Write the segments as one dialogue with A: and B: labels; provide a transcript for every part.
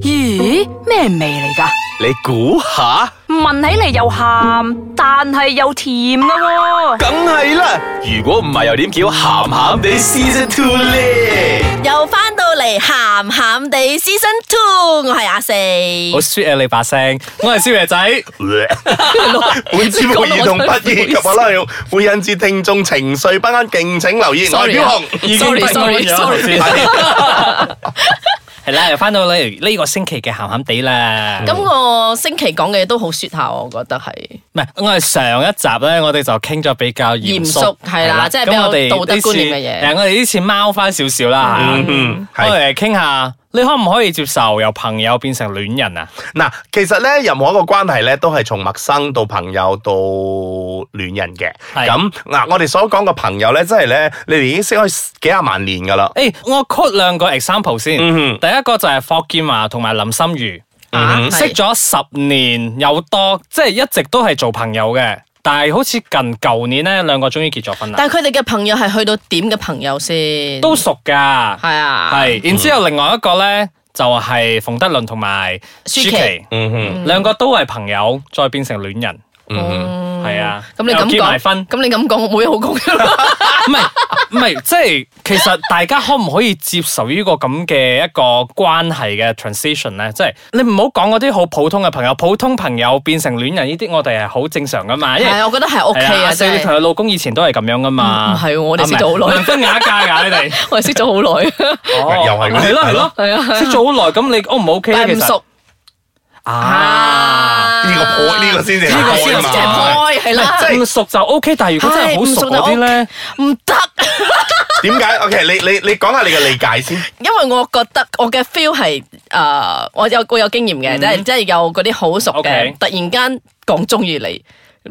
A: 咦，咩味嚟噶？
B: 你估下，
A: 聞起嚟又鹹，但係又甜噶喎、
B: 梗係啦。如果唔係，又點叫鹹鹹地 Season Two 咧？
C: 又翻到嚟咸咸地 Season Two，我係阿四。
D: 好 sweet 啊！你把聲，我係少爺 仔。
B: 本節目兒童不宜及可能會引致聽眾情緒不安，敬請留意。我係
C: Sorry
B: 飄
D: à?
C: 啊
B: 紅。
D: 已經
C: Sorry,
D: 不安
C: sorry,
D: 咗
C: sorry
D: 先 係啦，又翻到嚟呢個星期嘅鹹鹹地啦。
C: 咁我星期講嘅嘢都好 s 下，我覺得係
D: 唔係，我係上一集咧，我哋就傾咗比較嚴
C: 嚴肅係啦即係比較
D: 咁我哋
C: 道德觀念
D: 呢
C: 嘅
D: 次
C: 嘢
D: 誒，我哋呢次貓翻少少啦
B: 嗯
D: 嚇，
B: 係
D: 我哋嚟傾下，你可唔可以接受由朋友變成戀人啊？
B: 嗱，其實咧，任何一個關係咧，都係從陌生到朋友到戀人嘅。
D: 係
B: 咁嗱，我哋所講嘅朋友咧，真係咧，你哋已經識開幾廿萬年噶啦。
D: 誒，我 quote 兩個 example 先，
B: 嗯哼
D: 第一個就係霍建華同埋林心如。
C: 啊，係
D: 識咗十年有多，即係一直都係做朋友嘅。但係好似近舊年咧，兩個終於結咗婚啦，
C: 但係佢哋嘅朋友係去到點嘅朋友先？
D: 都熟噶，
C: 係啊，
D: 係。然之後另外一個咧就係馮德倫同埋舒
C: 舒
D: 淇
C: 淇，
B: 嗯哼，
D: 兩個都係朋友，再變成戀人，
B: ừ,
C: 嗯
D: 係啊。
C: 咁你
D: 又
C: 咁
D: 結埋
C: 講
D: 婚，，
C: 咁你咁講，我冇 嘢好講㗎啦。
D: 唔係唔係，即係其實大家可唔可以接受呢個咁嘅一個關係嘅 transition 咧？即係你唔好講嗰啲好普通嘅朋友，普通朋友變成戀人呢啲，我哋係好正常噶嘛，因為
C: 係。啊，我覺得係 OK
D: 係
C: 啊，
D: 阿四
C: 真
D: 你同
C: 係。
D: 佢老公以前都係咁樣噶
C: 唔
D: 嘛？
C: 唔係我哋
D: 啊
C: 識咗好耐
D: 唔係兩分瓦價㗎，你哋
C: 我哋識咗好耐，
D: 哦
B: 又係嗰啲
D: 係咯係咯，
C: 係啊
D: 識咗好耐，咁你 O 唔 O K 咧？
C: 但
D: 其
C: 係唔
D: 實
C: 熟
D: 啊，
B: 呢個破呢個先至係
D: 呢個
B: 愛
D: 先係
B: 嘛
C: 即係
D: 愛
C: 開係 啦，
D: 唔熟就 O K，但係如果真係好熟嗰啲咧，
C: 唔得。
B: 點解？OK，你你你講下你嘅理解 先。
C: 因為我覺得我嘅 feel 係誒，呃我有我有經驗嘅，即係即係有嗰啲好熟嘅
D: 嗯 OK，
C: 突然間講中意你，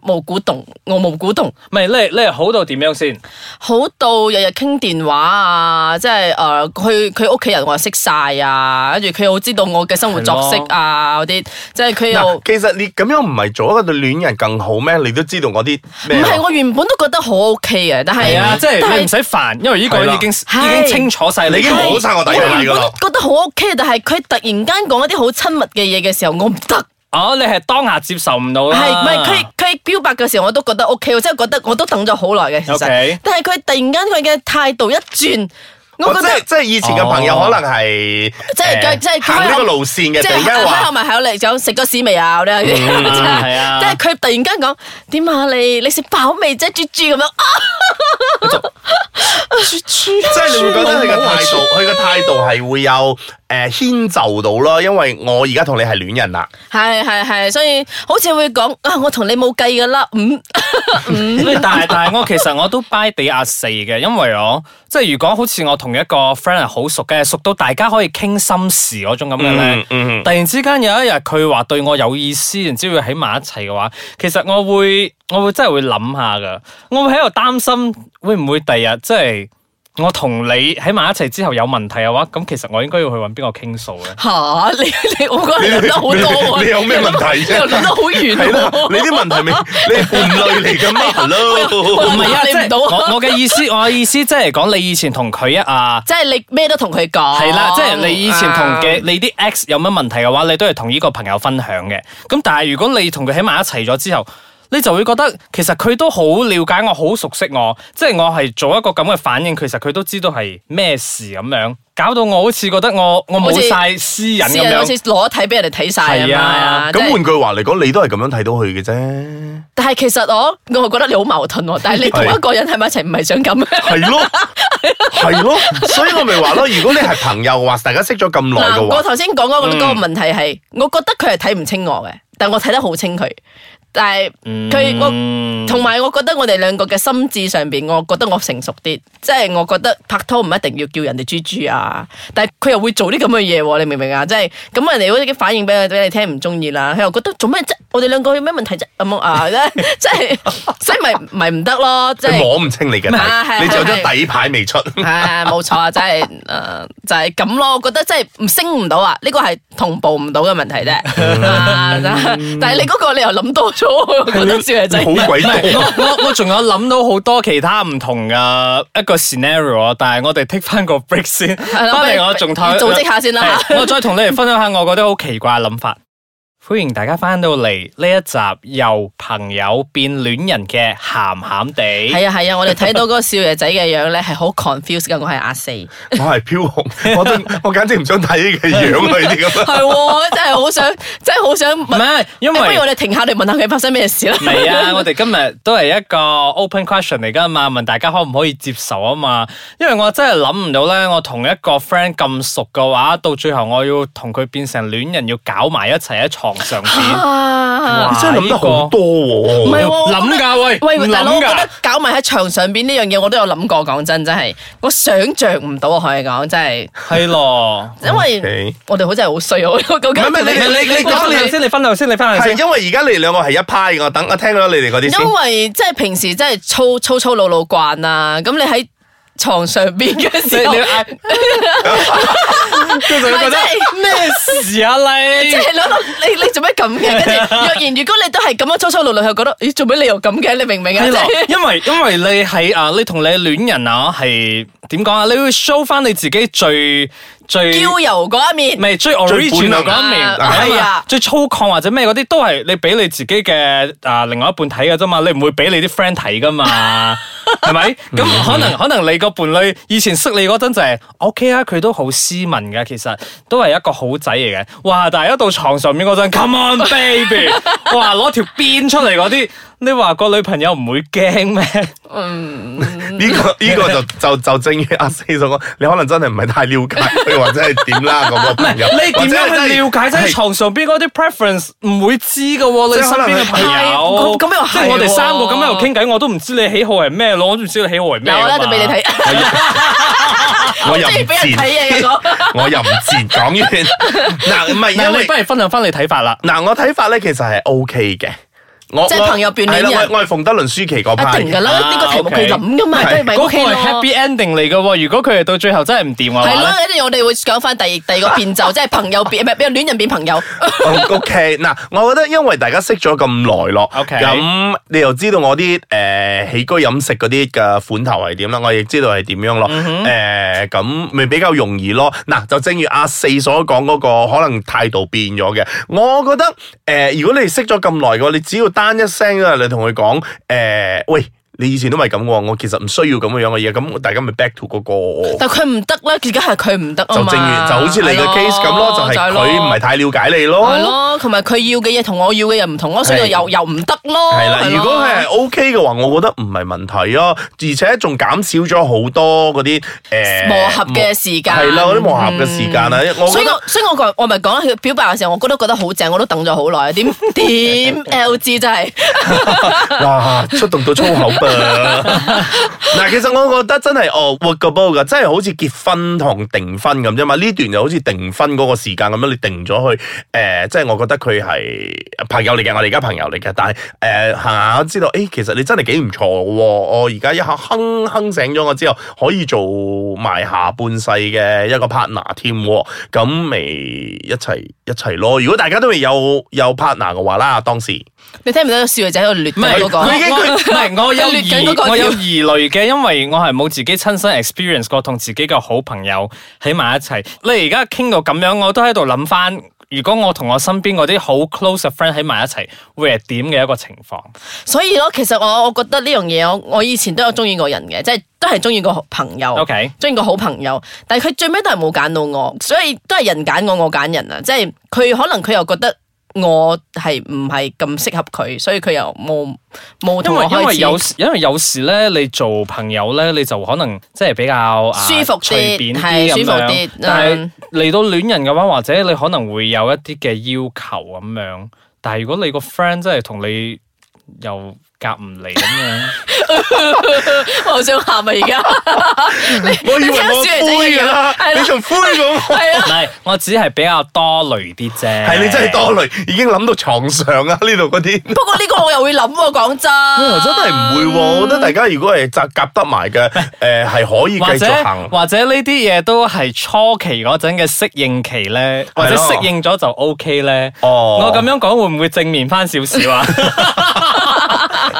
C: 冇鼓動，我冇鼓動，
D: 唔係你你係好到點樣先？
C: 好到日日傾電話啊，即係誒佢佢屋企人我又識晒啊，跟住佢好知道我嘅生活作息啊嗰啲，即係佢
B: 嗱
C: 又。
B: 其實你咁樣唔係做一個對戀人更好咩？你都知道我啲
C: 唔
B: 咩咯？
C: 係，我原本都覺得好 OK 嘅，但係
D: 啊係啊，即
C: 但
D: 係你唔使煩，因為呢個
B: 係啦
D: 已經
C: 係
D: 已經清楚晒
B: 你已
D: 你
B: 經
D: 個
B: 冇晒我底牌噶啦。
C: 覺得好 OK，但係佢突然間講一啲好親密嘅嘢嘅時候，我唔得。
D: 哦，你係當下接受唔到啦。
C: 係唔係佢佢表白嘅時候我都覺得 O K，我真係覺得我都等咗好耐嘅其實。
D: OK
C: 但係佢突然間佢嘅態度一轉，我
B: 我
C: 覺
B: 即
C: 得
B: 係即係以前嘅朋友
D: 哦
B: 可能係
C: 即係
B: 誒
C: 即係
B: 行呢個路線嘅，
C: 即
B: 突然
C: 係啊
B: 間
C: 喺
B: 話嗯
C: 後咪喺嚟想食咗屎未啊嗰啲，即 係
D: 係啊
C: 即係佢突然間講點啊你你食飽未啫豬豬咁樣啊
B: 即係你會覺得佢嘅態度，佢嘅態度係會有誒、呃、遷就到咯，因為我而家同你係戀人啦，
C: 係係係，所以好似會講啊我同你冇計噶啦，嗯
D: 但係 但係我其實我都 buy 地阿四嘅，因為我即係如果好似我同一個 friend 係好熟嘅，熟到大家可以傾心事嗰種咁嘅咧，
B: 嗯
D: 突然之間有一日佢話對我有意思，然之後喺埋一齊嘅話，其實我會我會真係會諗下噶，我會喺度擔心會唔會第日即係。我同你喺埋一齊之後有問題嘅話，咁其實我應該要去揾邊個傾訴咧？
C: 吓你你我覺得你諗得好多喎，
B: 你你有咩問題啫
C: 你又諗得好遠
B: 係啦，
C: 喎，
B: 你啲問 題未，你係伴侶嚟噶嘛
C: 哎我
B: ，hello，
C: 唔係啊
D: 即
C: 你唔
D: 係
C: 到啊
D: 我我嘅意思，我嘅意思即係講你以前同佢一啊。
C: 即係你咩都同佢講。
D: 係啦，即係你以前同嘅
C: 啊
D: 你啲 ex 有乜問題嘅話，你都係同呢個朋友分享嘅。咁但係如果你同佢喺埋一齊咗之後，你就會覺得其實佢都好了解我，好熟悉我，即係我係做一個咁嘅反應，其實佢都知道係咩事咁樣，搞到我好似覺得我我冇晒私隱
C: 私
D: 咁
C: 人好似
D: 樣。
C: 攞睇俾人哋睇晒
D: 係
C: 咁
D: 啊
C: 啊！即係
B: 咁換句話嚟講，你都係咁樣睇到佢嘅啫，
C: 但係其實我我係覺得你好矛盾喎，但係你同一個人喺埋一齊唔係想咁。
B: 係 咯，係咯，所以我咪話咯，如果你係朋友嘅話，大家識咗咁耐
C: 嗱，
B: 嘅
C: 我
B: 話，
C: 頭先講嗰個嗰個問題係，我覺得佢係睇唔清我嘅，但我睇得好清佢。但係
D: 嗯
C: 佢我同埋我覺得我哋兩個嘅心智上邊，我覺得我成熟啲，即係我覺得拍拖唔一定要叫人哋豬豬啊，但係佢又會做啲咁嘅嘢喎，你明唔明啊？即係咁人哋嗰啲反應俾佢俾你聽唔中意啦，佢又覺得做咩啫？我哋兩個有咩問題啫？咁啊， 即係所以咪咪唔得咯，即
B: 你
C: 係。
B: 摸唔清你嘅
C: 啊係
B: 底，你仲有
C: 係
B: 張
C: 係
B: 底牌未出。
C: 啊，冇錯啊，真係诶、呃就係咁咯。我覺得真係唔升唔到啊，呢個係同步唔到嘅問題啫。
D: 嗯
C: 啊但係你嗰個你又諗多咗，我覺得小係真係。
B: 好鬼多，
D: 我我我仲有諗到好多其他唔同嘅一個 scenario，啊但係我哋 take 翻個 break 先，翻
C: 啦
D: 嚟我仲睇
C: 組織下先啦
D: 係我再同你哋分享下我覺得好奇怪嘅諗法。歡迎大家翻到嚟呢一集由朋友變戀人嘅鹹鹹 地，
C: 係啊係啊，我哋睇到嗰個少爺仔嘅樣咧，係好 confused 噶。我係阿四，係
B: 我係飄紅， 我都我簡直唔想睇佢樣佢啲咁啊！
C: 喎，真係好想，真係好想
D: 唔
C: 問。
D: 係因
C: 誒不
D: 為
C: 如我。哋停下嚟問下佢發生咩 事啦。
D: 唔係啊，我哋今日都係一個 open question 嚟噶嘛，問大家可唔可以接受啊嘛？因為我真係諗唔到咧，我同一個 friend 咁熟嘅話，到最後我要同佢變成戀人，要搞埋一齊喺床上 邊。
C: 啊
D: 哇
B: 你真係諗得好多
C: 唔
B: 喎，
C: 係喎我覺得
D: 諗㗎喂
C: 喂，
D: 唔
C: 大佬，
D: 諗
C: 我
D: 㗎
C: 覺得搞埋喺牆上邊呢樣嘢，我都有諗過。講真，真係我想像唔到啊！可以講真係，
D: 係咯，
C: 因為
B: OK
C: 我哋好真係好衰啊！我究竟
B: 唔係唔係你你你講你
D: 先，你分享先，你分享
B: 係
D: 先。
B: 因為而家你哋兩個係一派嘅，我等我聽到你哋嗰啲先
C: 因。為即係平時真係粗粗粗魯魯慣啊，咁你喺床上邊嘅
D: 你
C: 時候
D: 你。嗌，佢就會覺得
C: 唔係真係
D: 咩事啊 你
C: 即？係攞攞你你做咩咁 嘅？跟住若然如果你都係咁樣粗粗魯魯，又覺得咦做咩你又咁嘅？你明唔明啊？
D: 係
C: 即
D: 咯
C: 係，
D: 因為因為你係啊，你同你戀人啊，係點講啊？你會 show 翻你自己最最
C: 嬌柔嗰一面。
D: 咪最 original 嗰一面，
C: 啊
D: 係
C: 係
D: 啊
C: 啊，
D: 最粗犷或者咩嗰啲都係你俾你自己嘅啊另外一半睇嘅啫嘛，你唔會俾你啲 friend 睇噶 嘛，係咪？
C: 嗯
D: 咁可能可能你個伴侶以前識你嗰陣就係 OK 啊，佢都好斯文嘅，其實都係一個好仔嚟嘅。哇！但係一到床上面嗰陣，Come on baby，哇攞條鞭出嚟嗰啲，你話個女朋友唔會驚咩？
B: 呢個呢個就就就正如阿四所講，你可能真係唔係太了解佢，或者係點啦咁個朋友。
D: 你點樣去了解即係
B: 係
D: 床上邊嗰啲 preference 唔會知嘅喎？
B: 即
D: 你
B: 係
D: 身
B: 可能
D: 邊嘅朋友
C: 係咁咁又係
D: 即係我哋
C: 喎
D: 三個咁喺度傾偈，我都唔知你喜好係咩咯，我都唔知你喜好係咩㗎
C: 嗱，
D: 嘛。
C: 我咧就俾你睇，
B: 我又
C: 中意
B: 唔
C: 俾人睇
B: 賤，
C: 嘢嘅我。
B: 我又唔賤。講完 嗱，唔係因
D: 嗱，你
B: 為
D: 不如分享翻你睇法啦。
B: 嗱，我睇法咧其實係 O K 嘅。我
C: 即係
B: 我
C: 朋友變戀
B: 係啦
C: 人
B: 我我係馮德倫舒淇嗰派
C: 一定噶啦，呢個題目
D: 啊，OK
C: 佢諗噶嘛，
B: 係
C: 都係咪
D: 嗰個
C: OK
D: 係
C: 咯？
D: happy ending 嚟嘅喎，如果佢哋到最後真係唔掂
C: 係
D: 嘅話咧，
C: 咯，一定我哋會講翻第二第二 個變奏，即係朋友變唔係唔係戀人變朋友。
B: O K，嗱，我覺得因為大家識咗咁耐咯
D: OK
B: 咁你又知道我啲誒、呃起居飲食嗰啲嘅款頭係點啦，我亦知道係點樣咯。誒咁咪比較容易咯。嗱，就正如阿四所講嗰、個，可能態度變咗嘅。我覺得誒、呃如果你識咗咁耐嘅話，你只要單一聲啊，你同佢講誒，喂。你以前都咪咁喎，我其實唔需要咁樣嘅嘢，咁大家咪 back to 嗰、個。
C: 但佢唔得啦，而家係佢唔得啊
B: 就
C: 嘛
B: 正如就好似你嘅 case 咁咯，就係佢唔係。太了解你咯。
C: 系咯，同埋佢要嘅嘢同我要嘅嘢唔同咯，所以又又唔得咯。
B: 係啦，
C: 哦係咯
B: 如果佢係 OK 嘅話，我覺得唔係問題啊，而且仲減少咗好多嗰啲誒
C: 磨合嘅時間
B: 呃
C: 嗯
B: 係啦，嗰啲磨合嘅時間啊，我
C: 所
B: 覺
C: 以
B: 得
C: 我所以我講我咪講佢表白嘅時候，我都覺得好正，我都等咗好 耐。點點 LG 真係
B: 哇，出動到粗口噃。嗱，其實我覺得真係哦 workable 噶，真係好似結婚同訂婚咁啫嘛。呢段就好似訂婚嗰個時間咁樣，你定咗佢誒，即係我覺得佢係朋友嚟嘅，我哋而家朋友嚟嘅。但係誒、呃行下知道，誒、其實你真係幾唔錯喎。我而家一下哼哼醒咗我之後，可以做埋下半世嘅一個 partner 添喎。咁咪一齊一齊咯。如果大家都未有有 partner 嘅話啦，當時。
C: 你聽唔聽到少女仔喺度劣
D: 唔係
C: 嗰
D: 我
C: 個？
D: 我唔係我有
C: 佢
D: 疑
C: 亂緊嗰個
D: 我有
C: 叫
D: 疑慮嘅，因為我係冇自己親身 experience 過同自己嘅好朋友喺埋一齊。你而家傾到咁樣，我都喺度諗翻，如果我同我身邊嗰啲好 close 嘅 friend 喺埋一齊，會係點嘅一個情況？
C: 所以咯，其實我我覺得呢樣嘢，我我以前都有中意過人嘅，即係都係中意個朋友。
D: OK
C: 中意個好朋友，但係佢最尾都係冇揀到我，所以都係人揀我，我揀人啊！即係佢可能佢又覺得我係唔係咁適合佢，所以佢又冇冇
D: 因
C: 同我
D: 為因
C: 開
D: 為
C: 始
D: 有時因為有時咧，你做朋友咧，你就可能即係比較、啊、
C: 舒服啲
D: 隨便
C: 係
D: 啲咁
C: 舒服
D: 樣
C: 啲。
D: 但係
C: 嗯
D: 嚟到戀人嘅話，或者你可能會有一啲嘅要求咁樣。但係如果你個 friend 真係同你又夾唔嚟咁 樣。
C: 我好想喊啊！而家
B: 我以為我灰㗎啦
C: 係，啦
B: 你仲灰咁。
C: 係啊
D: 唔，係，我只係比較多慮啲 啫。
B: 係你真係多慮，已經諗到床上啊！呢 度嗰啲。
C: 不過呢個我又會諗喎，講真。
B: 我真係唔會喎，我覺得大家如果係夾夾得 埋嘅，誒係可以
D: 或
B: 繼
D: 者
B: 續行。啊
D: 或者呢啲嘢都係初期嗰陣嘅適應期咧，
B: 係咯
D: 或者適應咗就 O K 咧。
B: 哦
D: 我咁樣講會唔會正面翻少少啊？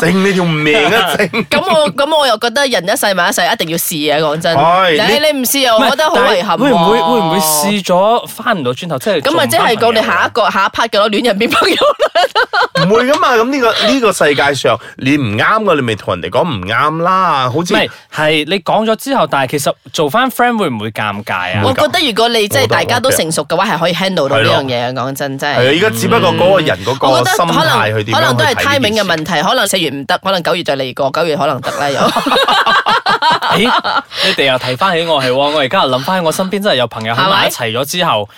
B: 整你條命 啊整！
C: 咁我咁我又覺得人一世物一世，一定要試啊！講真，
B: 係
C: 你你唔試又
D: 唔係
C: 我覺得好
D: 但係
C: 遺憾喎。
D: 會唔會會唔會試咗翻唔到轉頭，即係
C: 咁啊咪即係
D: 講
C: 講你下一個下一 part 嘅咯，戀人變朋友啦。
B: 唔會噶嘛？咁呢個呢個世界上，你唔啱嘅，你咪同人哋講唔啱啦。好
D: 唔
B: 似
D: 係係你講咗之後，但係其實做翻 friend 會唔會尷尬啊？
C: 我覺得如果你即係
B: 我都
C: 大家都成熟嘅話，係可以 handle 到呢樣嘢嘅。講真，
B: 係
C: 真
B: 啊，
C: 係。
B: 依家只不過嗰個人嗰
C: 我
B: 個
C: 覺得
B: 心
C: 可
B: 態去
C: 能
B: 點
C: 可能都
B: 樣
C: 係
B: 去睇呢
C: timing 嘅
B: 件事
C: 問題，可能四月唔得，可能九月再嚟過，九月可能得啦又。
D: 咦，你哋又提翻起我係喎，我而家又諗翻起我身邊真係有朋友喺埋一齊咗之後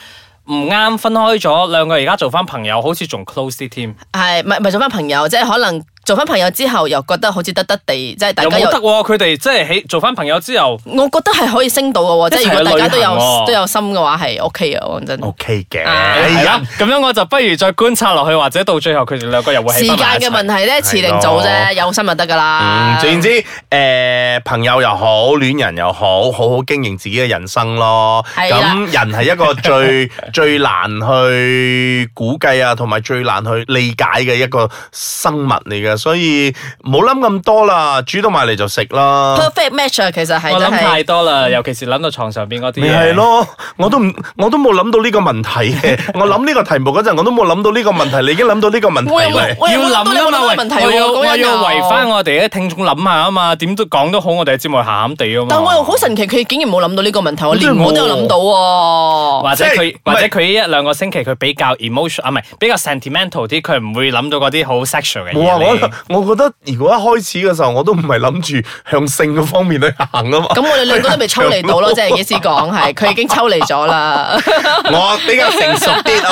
D: 唔啱分開咗，兩個而家做翻朋友，好似仲 close 啲添，
C: 係咪咪做翻朋友？即係可能做翻朋友之後，又覺得好似得得地，即係大
D: 又
C: 家
D: 冇
C: 又
D: 得。喎。佢哋即係起做翻朋友之後，
C: 我覺得係可以升到嘅喎，即係如果大家都
D: 一齊去旅行
C: 有
D: 喎哦
C: 都有心嘅話，係 OK 嘅。講真，
B: OK 嘅，
C: 啊
B: 係
D: 係
B: 啊
D: 啦，，咁樣我就不如再觀察落去，或者到最後佢哋兩個又會
C: 時
D: 喺
C: 間
D: 翻
C: 嘅問題咧，遲定早啫，有心就得㗎
B: 嗯
C: 啦。，
B: 總言之，誒朋友又好，戀人又好，好好經營自己嘅人生咯。
C: 係
B: 咁
C: 啦
B: 人係一個 最最難去估計啊，同埋最難去理解嘅一個生物嚟嘅，所以冇諗咁多啦，煮到埋嚟就食啦。
C: perfect match 啊，其實係
D: 我
C: 真
D: 諗
C: 係
D: 太多啦，尤其是諗到床上邊嗰啲
B: 咪
D: 嘢。
B: 係咯，我都唔，我都冇諗到呢個問題 嘅。我諗呢個題目嗰陣，我都冇諗到呢個問題，你已經諗到呢個問題
C: 會會
B: 啦。
C: 喂
D: 要
C: 我諗
D: 諗
C: 到
D: 啊
C: 你冇諗
D: 嘛，喂
C: 到問題喎
D: 我
C: 咁
D: 要
C: 樣
D: 我要
C: 又
D: 為翻我哋啲聽眾諗下啊嘛，點都講都好，我哋嘅節目係鹹鹹地啊嘛。
C: 但我又好神奇，佢竟然冇諗到呢個問題，我
B: 真係
C: 連我都有諗到喎。
D: 或者佢
B: 即係
D: 或者
B: 唔係
D: 佢一兩個星期佢比較 emotion 啊，唔係比較 sentimental 啲，佢唔會諗到嗰啲好 sexual 嘅
B: 啊我話
D: 嘢嚟。
B: 我我覺得如果一開始嘅時候，我都唔係諗住向性嗰方面去行啊嘛。
C: 咁我哋兩個都未抽離 到咯，即係幾時講係，佢已經抽離咗啦。
B: 我比較成熟啲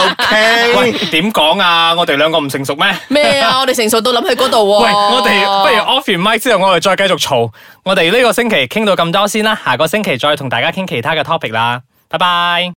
D: 喂
B: ，OK。，
D: 點講啊？我哋兩個唔成熟咩？
C: 咩啊？我哋成熟到諗去嗰度喎。
D: 喂，我哋不如 off 完 mic 之後，我哋再繼續嘈。我哋呢個星期傾到咁多先啦，下個星期再同大家傾其他嘅 topic 啦。拜拜。